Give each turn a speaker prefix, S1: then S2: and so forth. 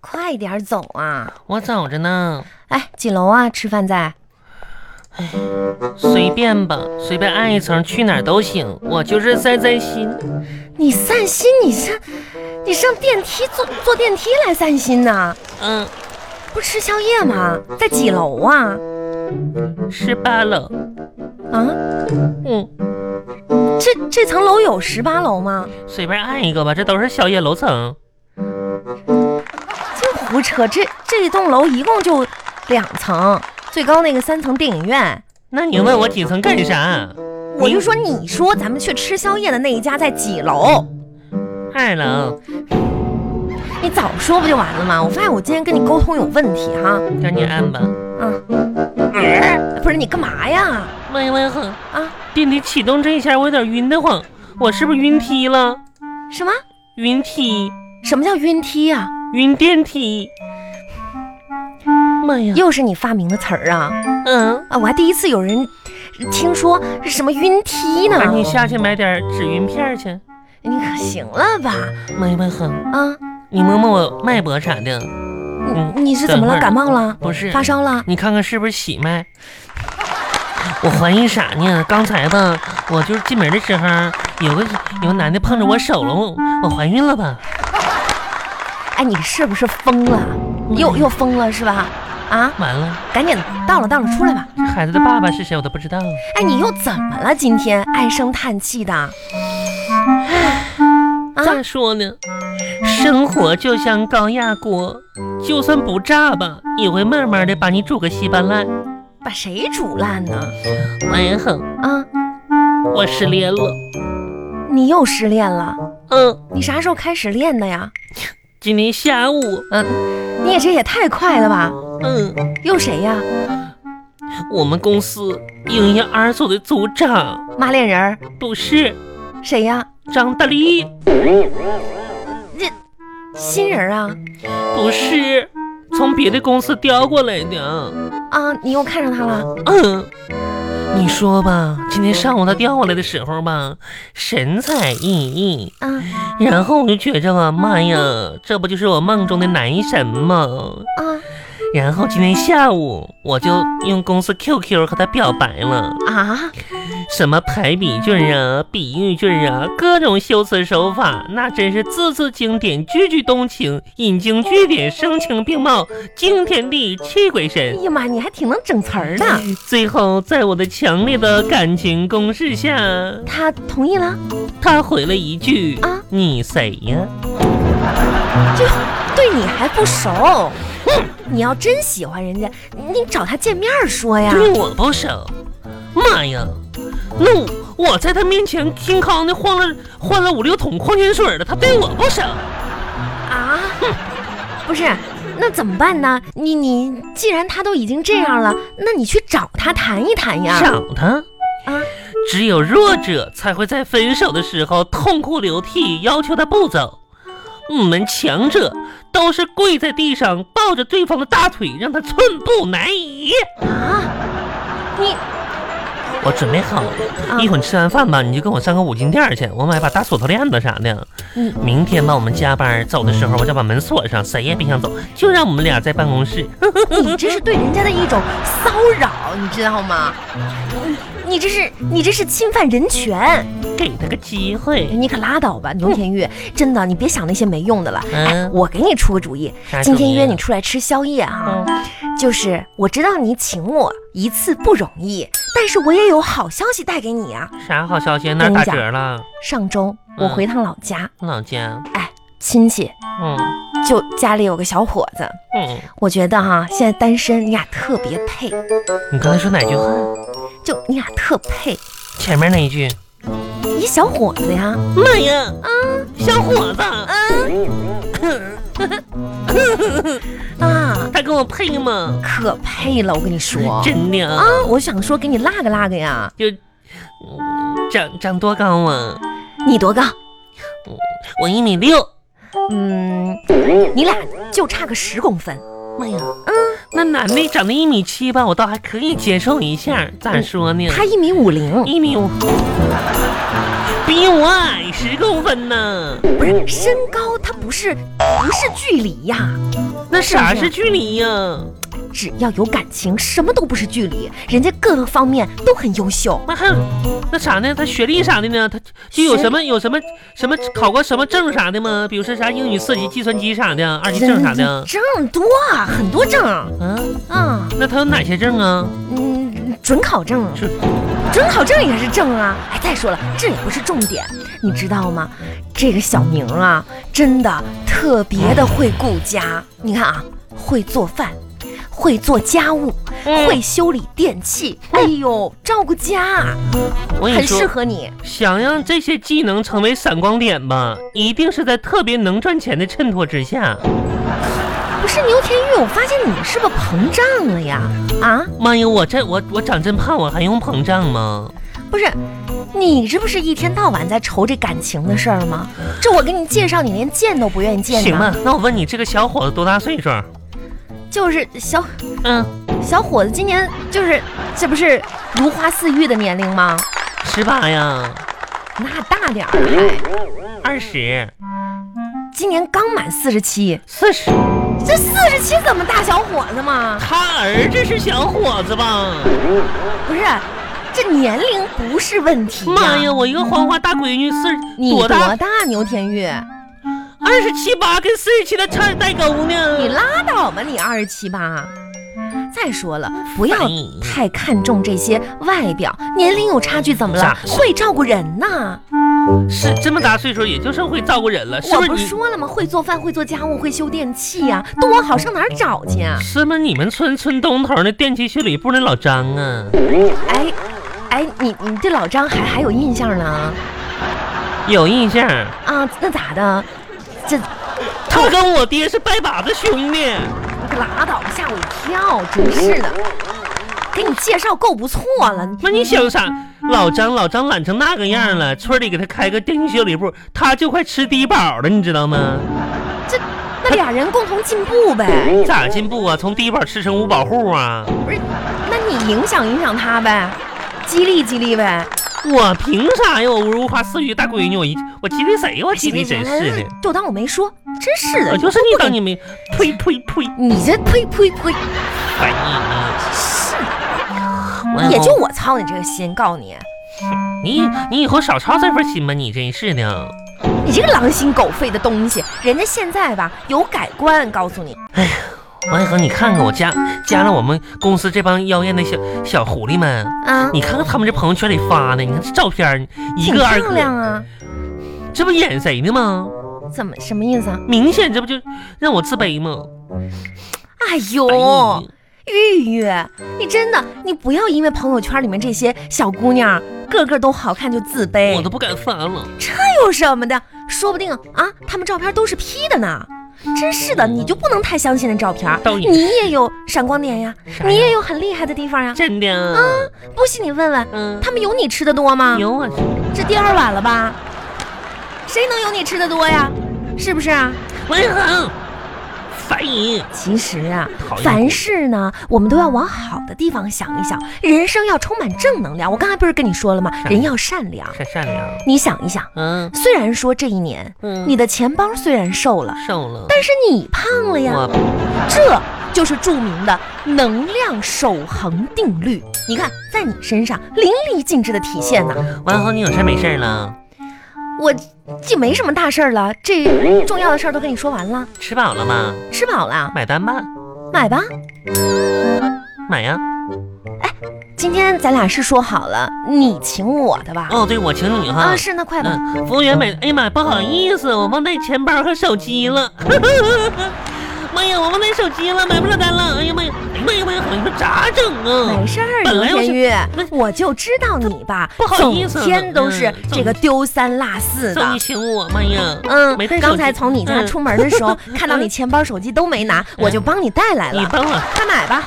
S1: 快点走啊！
S2: 我走着呢，
S1: 哎，几楼啊？吃饭在？
S2: 随便吧，随便按一层去哪儿都行，我就是散散心。
S1: 你散心，你上，你上电梯坐坐电梯来散心呢？
S2: 嗯，
S1: 不吃宵夜吗？在几楼啊？
S2: 十八楼，
S1: 啊，
S2: 嗯，
S1: 这这层楼有十八楼吗？
S2: 随便按一个吧，这都是宵夜楼层。
S1: 净胡扯！这这一栋楼一共就两层，最高那个三层电影院。
S2: 那你问我几层干啥？
S1: 我就
S2: 你
S1: 说，你说咱们去吃宵夜的那一家在几楼？
S2: 二楼，
S1: 你早说不就完了吗？我发现我今天跟你沟通有问题哈。
S2: 赶紧按吧。
S1: 不是你干嘛呀？
S2: 喂喂哼，
S1: 啊，
S2: 电梯启动这一下我有点晕得慌，我是不是晕梯了？
S1: 什么？
S2: 晕梯，
S1: 什么叫晕梯啊？
S2: 晕电梯。妈呀，
S1: 又是你发明的词儿啊！
S2: 嗯，
S1: 啊，我还第一次有人听说是什么晕梯呢。
S2: 赶紧下去买点止晕片儿去。
S1: 你可行了吧？
S2: 妈呀，喂哼，
S1: 啊，
S2: 你摸摸我脉搏啥的，嗯
S1: 你你是怎么了？感冒了？
S2: 不是
S1: 发烧了？
S2: 你看看是不是喜脉？我怀疑啥呢？刚才吧，我就是进门的时候，有个有个男的碰着我手了，我我怀孕了吧？
S1: 哎，你是不是疯了？又又疯了是吧？啊，
S2: 完了，
S1: 赶紧到了到了，出来吧！
S2: 这孩子的爸爸是谁我都不知道。
S1: 哎，你又怎么了？今天唉声叹气的。啊，
S2: 咋说呢？生活就像高压锅，就算不炸吧，也会慢慢的把你煮个稀巴烂。
S1: 把谁煮烂呢？
S2: 妈呀哼，
S1: 啊，
S2: 我失恋了。
S1: 你又失恋了？
S2: 嗯，
S1: 你啥时候开始练的呀？
S2: 今天下午，
S1: 嗯，你也这也太快了吧？
S2: 嗯，
S1: 又谁呀？
S2: 我们公司营业二组的组长
S1: 妈恋人儿
S2: 不是
S1: 谁呀？
S2: 张大力，
S1: 新人啊？
S2: 不是从别的公司调过来的。
S1: 啊，你又看上他了？
S2: 嗯，你说吧，今天上午他调过来的时候吧，神采奕奕。
S1: 啊
S2: 然后我就觉着啊，妈呀，这不就是我梦中的男神吗？
S1: 啊
S2: 然后今天下午我就用公司 QQ 和他表白了，
S1: 啊！
S2: 什么排比句啊、比喻句啊，各种修辞手法，那真是字字经典，句句动情，引经据典，声情并茂，惊天地，泣鬼
S1: 哎
S2: 神。
S1: 呀妈，你还挺能整词儿的。
S2: 最后，在我的强烈的感情攻势下，
S1: 他同意了？
S2: 他回了一句
S1: 啊：“
S2: 你谁呀？”
S1: 就对你还不熟？你要真喜欢人家，你找他见面儿说呀。
S2: 对我不熟。妈呀，那我我在他面前听康的换了换了五六桶矿泉水了，他对我不熟。
S1: 啊，不是，那怎么办呢？你你既然他都已经这样了，那你去找他谈一谈呀。
S2: 找他，
S1: 啊，
S2: 只有弱者才会在分手的时候痛哭流涕，要求他不走。我们强者都是跪在地上抱着对方的大腿，让他寸步难移。
S1: 啊，你
S2: 我准备好了，
S1: 啊
S2: 一会儿吃完饭吧，你就跟我上个五金店儿去，我买把大锁头链子啥的。
S1: 嗯
S2: 明天吧，我们加班儿走的时候，我就把门锁上，谁也别想走，就让我们俩在办公室。
S1: 你这是对人家的一种骚扰，你知道吗？你你这是你这是侵犯人权，
S2: 嗯给他个机会。
S1: 你可拉倒吧，牛田玉，真的，你别想那些没用的了。哎
S2: 嗯，
S1: 我给你出个主意，
S2: 啥
S1: 今
S2: 主
S1: 天
S2: 意
S1: 约
S2: 啊
S1: 你出来吃宵夜啊。
S2: 嗯，
S1: 就是我知道你请我一次不容易，但是我也有好消息带给你啊。
S2: 啥好消息？那儿打折了，
S1: 上周
S2: 嗯
S1: 我回趟老家，
S2: 老家。
S1: 亲戚
S2: 嗯
S1: 就家里有个小伙子，
S2: 嗯，
S1: 我觉得哈、现在单身你俩特别配，
S2: 你刚才说哪句话？
S1: 就你俩特配，
S2: 前面那一句。
S1: 一小伙子呀，
S2: 妈呀！啊，小伙子，
S1: 啊，
S2: 他跟我配吗？
S1: 可配了，我跟你说
S2: 真的啊
S1: 啊，我想说给你拉个拉个呀，
S2: 就嗯长长多高啊？
S1: 你多高？
S2: 我一米六。
S1: 嗯，你俩就差个十公分，
S2: 妈呀，那男的长得一米七吧，我倒还可以接受一下。咋说呢？
S1: 嗯他一米五零，
S2: 一米五，比我矮十公分呢。
S1: 不是身高，它不是不是距离呀、
S2: 那啥
S1: 是不
S2: 是啊
S1: 是
S2: 距离呀、
S1: 只要有感情，什么都不是距离。人家各个方面都很优秀，
S2: 那还有那啥呢？他学历啥的呢？他就
S1: 学
S2: 有什么有什么什么考过什么证啥的吗？比如说啥英语四级、计算机啥的，二级证啥的。
S1: 证多很多证
S2: 啊，
S1: 啊，
S2: 那他有哪些证啊？
S1: 嗯，准考证，
S2: 是
S1: 准考证也是证啊。哎，再说了，这也不是重点，你知道吗？这个小明啊，真的特别的会顾家。你看啊，会做饭，会做家务，
S2: 嗯
S1: 会修理电器。哎呦，照顾家，啊
S2: 我跟
S1: 很
S2: 你
S1: 适
S2: 说，
S1: 合你。
S2: 想让这些技能成为闪光点吧，一定是在特别能赚钱的衬托之下。
S1: 不是牛天玉，我发现你是不是膨胀了呀？啊，
S2: 妈呀，我这我我长真胖，我还用膨胀吗？
S1: 不是，你这不是一天到晚在愁这感情的事儿吗？这我给你介绍，你连见都不愿意见呢。
S2: 行吧，那我问你，这个小伙子多大岁数？
S1: 就是小
S2: 嗯，
S1: 小伙子今年就是这不是如花似玉的年龄吗？
S2: 十八呀，
S1: 那大点儿，
S2: 二十，
S1: 今年刚满四十七，
S2: 四十。
S1: 这四十七怎么大小伙子嘛？
S2: 他儿子是小伙子吧？
S1: 不是，这年龄不是问题、
S2: 妈呀，！我一个黄花大闺女四
S1: 你多
S2: 多大？
S1: 大，牛天玉？
S2: 二十七八跟四十七的差代沟呢。
S1: 你拉倒吧，你二十七八。再说了，不要
S2: 哎
S1: 太看重这些外表，年龄有差距怎么了
S2: 咋？
S1: 会照顾人呐！
S2: 是这么大岁数，也就剩会照顾人了，是
S1: 我
S2: 不是
S1: 不
S2: 你？
S1: 是说了吗？会做饭，会做家务，会修电器呀、多好，上哪儿找去啊？
S2: 是吗？你们村村东头那电器修理部那老张啊，
S1: 哎，哎，你你对老张还还有印象呢？
S2: 有印象，
S1: 啊，那咋的？这
S2: 他跟我爹是拜把子兄弟。
S1: 拉倒吧，吓我一跳，真是的。给你介绍够不错了，你
S2: 那你想啥？老张，老张懒成那个样了，村里给他开个电器修理部，他就快吃低保了，你知道吗？
S1: 这那俩人共同进步呗，
S2: 咋进步啊？从低保吃成五保户啊？
S1: 不是？那你影响影响他呗，激励激励呗。
S2: 我凭啥呀？我如花似玉大闺女，我一我激励谁呀？我激励真是的，
S1: 就当我没说，真是的。
S2: 我就是
S1: 不
S2: 你
S1: 给
S2: 当你没，呸呸呸！
S1: 你这呸呸呸！
S2: 烦你
S1: 是，
S2: 你，
S1: 也就我操你这个心，告诉你，
S2: 你你以后少操这份心吧，你真是的。
S1: 你这个狼心狗肺的东西，人家现在吧有改观，告诉你，
S2: 王一恒，你看看我加加了我们公司这帮妖艳的小小狐狸们，
S1: 啊，
S2: 你看看他们这朋友圈里发的，你看这照片，一
S1: 挺
S2: 个二
S1: 漂亮
S2: 个，
S1: 啊，
S2: 这不演谁呢吗？
S1: 怎么什么意思啊？
S2: 明显这不就让我自卑吗？
S1: 哎呦，
S2: 哎
S1: 玉玉，你真的，你不要因为朋友圈里面这些小姑娘个个都好看就自卑
S2: 哎我，都不敢发了。
S1: 这有什么的？说不定啊，她们照片都是 P 的呢。真是的，你就不能太相信那照片
S2: 倒，也是
S1: 你嗯也有闪光点呀，
S2: 啥呀
S1: 你也有很厉害的地方呀。
S2: 真的啊，
S1: 不信你问问，
S2: 嗯，
S1: 他们有你吃的多吗？
S2: 有啊，
S1: 这第二碗了吧？谁能有你吃的多呀？是不是啊？
S2: 王一恒，哎烦你。
S1: 其实啊
S2: 讨，厌
S1: 凡事呢，我们都要往好的地方想一想，人生要充满正能量。我刚才不是跟你说了吗？
S2: 是
S1: 人要善良。
S2: 善善良，
S1: 你想一想，
S2: 嗯
S1: 虽然说这一年
S2: 嗯，
S1: 你的钱包虽然瘦了，
S2: 瘦了，
S1: 但是你胖了呀，
S2: 我
S1: 这就是著名的能量守恒定律。你看，在你身上淋漓尽致的体现呢。
S2: 王恒，你有事没事了？
S1: 我这没什么大事儿了，这重要的事儿都跟你说完了，
S2: 吃饱了吗？
S1: 吃饱了
S2: 买单吧，
S1: 买吧。
S2: 买呀。
S1: 今天咱俩是说好了，你请我的吧？
S2: 哦，对，我请你哈
S1: 啊，。是那快吧。
S2: 嗯，服务员买，哎呀妈，不好意思，我忘带钱包和手机了。 妈呀，我忘带手机了，买不了单了。哎呀妈呀，妈呀妈呀，你说咋整啊
S1: 没？事儿，
S2: 本
S1: 刘
S2: 来我是
S1: 天玉
S2: 那，
S1: 我就知道你吧，
S2: 不好意思
S1: 整天都是
S2: 嗯
S1: 这个丢三落四
S2: 这
S1: 的
S2: 你。请我，妈呀，
S1: 嗯
S2: 没带，手机
S1: 刚才从你家
S2: 嗯
S1: 出门的时候，看到你钱包、手机都没拿，我就帮你带来
S2: 你
S1: 了。
S2: 帮我，
S1: 快买吧，